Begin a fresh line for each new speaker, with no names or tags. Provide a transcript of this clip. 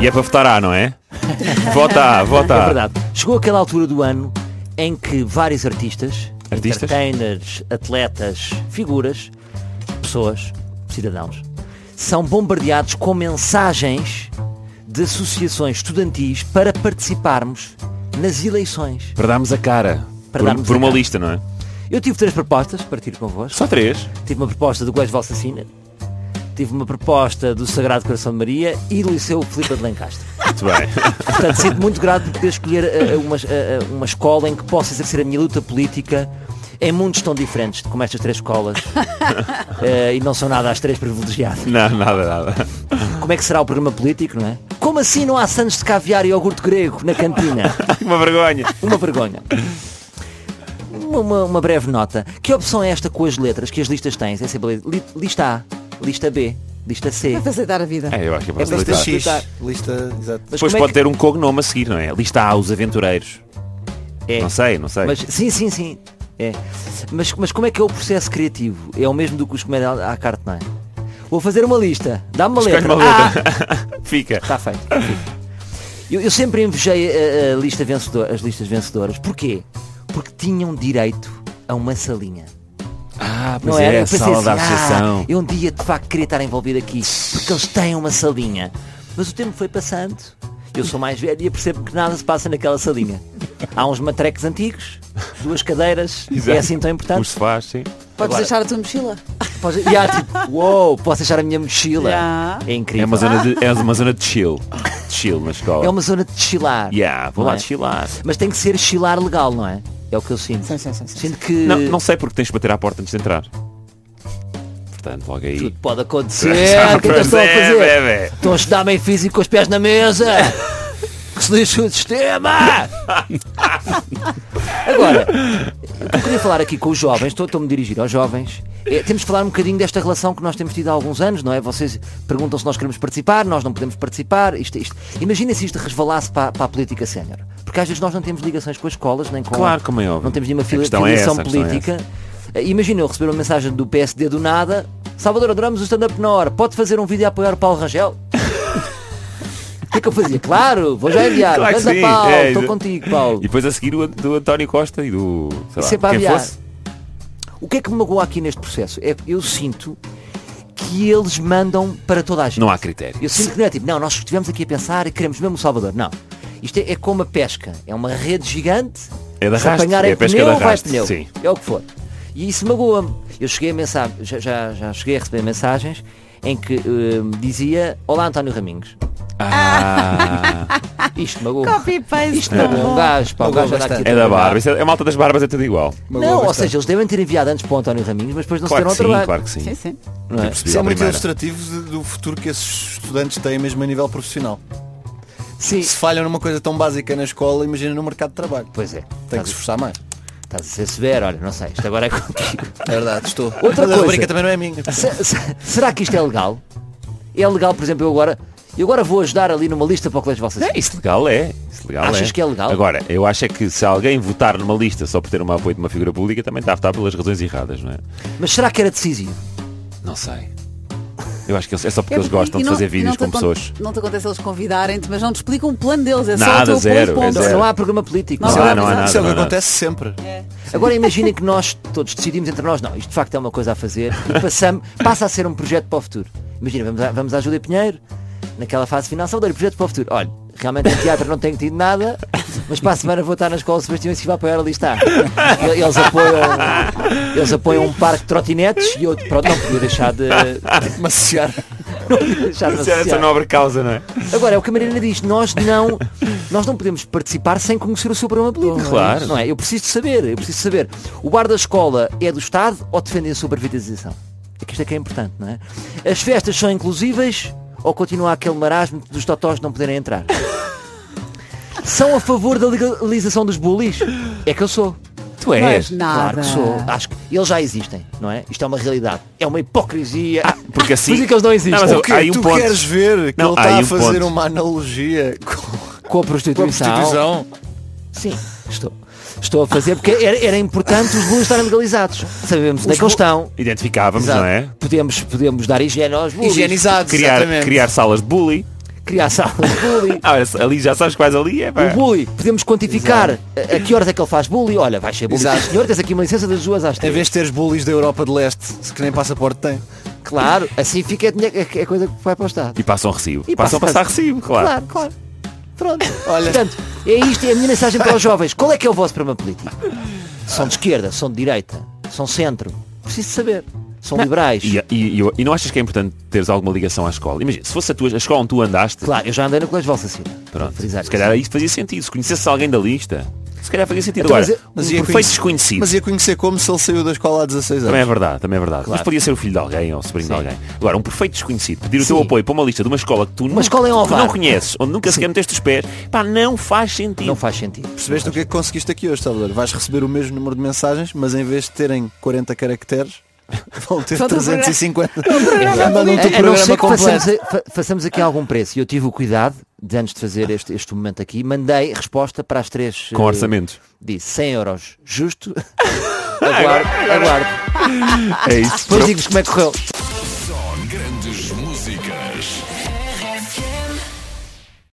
E é para votar A, não é? Vota A, vota
É
A.
verdade. Chegou aquela altura do ano em que vários artistas,
Artistas?
entertainers, atletas, figuras, pessoas, cidadãos, são bombardeados com mensagens de associações estudantis para participarmos nas eleições.
Para darmos a cara.
Para
por
darmos
por
a
uma
cara.
lista, não é?
Eu tive três propostas para partir convosco.
Só três.
Tive uma proposta do Colégio de Valsacina, tive uma proposta do Sagrado Coração de Maria e do Liceu Filipe de Lancaster.
Muito bem.
Portanto, sinto muito grato por poder escolher eh, uma, eh, uma escola em que possa exercer a minha luta política em mundos tão diferentes como estas três escolas Eh, e não são nada as três privilegiadas.
Não, nada, nada.
Como é que será o programa político, não é? Como assim não há sandes de caviar e iogurte grego na cantina?
Uma vergonha.
Uma vergonha. Uma, uma- uma breve nota. Que opção é esta com as letras que as listas têm? É sempre li- lista A, lista B, lista C.
Para facilitar a vida.
É, eu acho que é para
É
facilitar.
Lista
bastante-
X.
Facilitar.
Lista, exato.
Mas
Depois
como é
pode
que-
ter um cognome a seguir, não é? Lista A, os aventureiros.
É.
Não sei, não sei.
Mas, sim, sim, sim. É. Mas, mas como é que é o processo criativo? É o mesmo do que os comédia à à carta, não é? Vou fazer uma lista. Dá-me uma
Escolhe
letra. Tá,
uma letra. Fica.
Está feito. Eu, eu sempre invejei a- a lista vencedor- as listas vencedoras. Porquê? Porque tinham direito a uma salinha.
Ah,
Não
pois é,
era?
a
Eu pensei
sala da
assim,
associação.
"Ah, eu um dia de facto queria estar envolvido aqui, porque eles têm uma salinha. Mas o tempo foi passando. Eu sou mais velho e percebo que nada se passa naquela salinha. Há uns matrecos antigos, duas cadeiras,
Exato.
é assim tão importante.
Os sofás, sim.
Podes
Agora-
deixar a tua mochila.
Posso... E há tipo, uou, posso deixar a minha mochila.
Já.
É
É
incrível.
uma, zona de, é uma zona de chill. De chill na escola.
É uma zona de chilar.
Yeah, vou lá
Não é?
chilar.
Mas tem que ser chilar legal, não é? É o que eu sinto.
Sim, sim, sim, sim.
Sinto que
Não, não sei porque tens de bater à porta antes de entrar. Portanto, logo aí.
tudo pode acontecer. O que é que eu estou a
É,
fazer?
bebé.
Estão a estudar-me em físico com os pés na mesa. Que se lixe o sistema. Agora, o que eu queria falar aqui com os jovens, estou- estou-me a dirigir aos jovens, é, temos de falar um bocadinho desta relação que nós temos tido há alguns anos, não é? Vocês perguntam se nós queremos participar, nós não podemos participar, isto, isto. Imaginem se isto resvalasse para, para a política sénior. Porque às vezes nós não temos ligações com as escolas, nem com
Claro, como é óbvio.
não temos nenhuma
A
fili-
questão é
filiação
essa, a questão é
política. Eh, Imagina eu receber uma mensagem do PSD do nada. Salvador, adoramos o stand-up na hora. Pode fazer um vídeo a apoiar o Paulo Rangel? O que é que eu fazia? Claro, vou já enviar.
Claro que
Mas a
sim.
Paulo,
É,
estou
exa-
contigo, Paulo.
E depois a seguir o do António Costa e do. Sei lá,
Sempre a
quem
aviar.
fosse.
O que é que me magoa aqui neste processo? É, eu sinto que eles mandam para toda a gente.
Não há critério.
Eu sinto que não é tipo, não, nós estivemos aqui a pensar e queremos mesmo o Salvador. Não. Isto é, é como a pesca. É uma rede gigante.
É de
Se
arraste.
apanhar
É
é
a pesca
pneu
de
ou vai
arraste,
pneu.
sim.
É o que for. E isso magoa-me. Eu cheguei a mensagem, já, já, já cheguei a receber mensagens em que hum, dizia Olá António Raminhos.
Ah,
Isto magoa.
Copy-paste
Isto
tão
magoa um
bom.
gajo, pá, o
Magoa
gajo anda aqui
bastante.
a
é da
trabalhar.
barba. Isso é, a malta das barbas é tudo igual.
Magoa
Não, ou
bastante.
seja, eles devem ter enviado antes para o António Raminhos, mas depois não
Claro
se
que
deram ao
sim,
trabalho.
claro que sim.
Sim, sim.
Não é?
Eu percebi
Isso
à
é muito
primeira.
ilustrativo de- do futuro que esses estudantes têm mesmo a nível profissional.
Sim.
Se falham numa coisa tão básica na escola, imagina no mercado de trabalho.
Pois é.
Tem que se esforçar mais.
Estás a ser severo, olha, não sei, isto agora é contigo.
É verdade, estou.
Outra
Mas a
coisa.
rubrica também não é minha.
Se- se- será que isto é legal? É legal, por exemplo, eu agora, eu agora vou ajudar ali numa lista para o colégio de vossas.
É, isso legal é. Isso legal
Achas que é legal?
Agora, eu acho é que se alguém votar numa lista só por ter um apoio de uma figura pública, também está a votar pelas razões erradas, não é?
Mas será que era decisivo?
Não sei. Eu acho que eles- é só porque
É
eles gostam
e
de
não-
fazer
e
vídeos
não te
com
acon-
pessoas.
Não te acontece eles convidarem-te, mas não te explicam o plano deles. É só
Nada,
o teu
zero,
ponto.
é
Não,
zero.
não há programa político.
Não,
não há
não há
programa.
nada,
Isso é o
não
que
é nada.
acontece sempre.
Agora imaginem que nós todos decidimos entre nós, não, isto de facto é uma coisa a fazer e passamos, passa a ser um projeto para o futuro. Imagina, vamos à, vamos à Júlia Pinheiro, naquela fase final, Salvador, projeto para o futuro. Olha, realmente em teatro não tenho tido nada, mas para a semana vou estar na escola Sebastião e se vai apoiar ali está. E- Eles apoiam, eles apoiam um parque de trotinetes e eu pronto, não podia deixar de.
Maciar.
Não podia deixar de
Isso é essa
associar.
nobre causa, não é?
Agora, é o que a Marina diz, nós não, nós não podemos participar sem conhecer o seu programa político.
Claro.
Não é? Eu preciso de saber, eu preciso de saber. O bar da escola é do Estado ou defendem a sua privatização? É que isto é que é importante, não é? As festas são inclusivas ou continua aquele marasmo dos totós não poderem entrar? São a favor da legalização dos bullies? É que eu sou.
Tu
Mas
és.
nada.
Claro que sou. Acho que eles já existem, não é? Isto é uma realidade. É uma hipocrisia.
Porque assim.
Por isso é que eles não existem.
mas
O
eu-
que
há aí um
tu
ponto.
queres ver que
Não,
ele
há
está
aí
a
um
fazer
ponto.
uma analogia com
Com a
com a
prostituição.
prostituição?
Sim, estou. Estou a fazer porque era, era importante os bullies estarem legalizados. Sabemos onde é que eles estão.
Identificávamos,
Exato.
não é?
Podemos, podemos dar higiene aos bullies.
Higienizado,
Criar,
exatamente.
criar salas de bullying.
criar salas de bullying.
Ah, olha, ali já sabes quais ali é. pá.
O bullying, podemos quantificar a, a que horas é que ele faz bullying. Olha, vai ser bullying.
Exato.
Sim, senhor, tens aqui uma licença das duas às
Em
três.
vez de teres bullies da Europa de Leste, se que nem passaporte tem.
Claro, assim fica a, dinhe- a- a coisa que vai para o Estado.
E passam recibo.
E
passam a
passa-
passar recibo, claro.
Claro, claro. Pronto.
Olha.
Portanto, é isto, é a minha mensagem para os jovens. Qual é que é o vosso programa político? São de esquerda, são de direita, são centro. Preciso saber. São liberais.
E, e- e- e não achas que é importante teres alguma ligação à escola? Imagina, se fosse a, tua, a escola onde tu andaste,
Claro, eu já andei no Colégio Valsacina.
pronto,
Frisar
se
isso.
calhar isso fazia sentido. Se conhecesse alguém da lista, se calhar fazia sentido.
Então,
Agora,
mas eu-
um
Mas ia
perfeito
conhecer-
desconhecido.
Mas ia conhecer como se ele saiu da escola há 16
Também é
anos.
verdade, também é verdade. Mas
Claro.
podia ser o filho de alguém ou o sobrinho de alguém. Agora, um perfeito desconhecido, pedir o teu
Sim.
apoio para uma lista de uma escola que tu, nunca-
escola em
que tu
Ovar.
não conheces, onde nunca sequer meteste os pés, pá, não faz sentido.
Não faz sentido.
Percebeste o que é que conseguiste aqui hoje, Salvador? Vais receber o mesmo número de mensagens, mas em vez de terem 40 caracteres, vão ter um
Só do
350.
A,
Mandam-te o
a não ser que façamos,
um programa É, completo.
a- fa- façamos aqui algum preço. E eu tive o cuidado, de antes de fazer este, este momento aqui, mandei resposta para as três.
Com
eh,
orçamentos.
Disse 100 euros. Justo. aguardo, aguardo.
É isso.
Depois digo-vos como é que correu.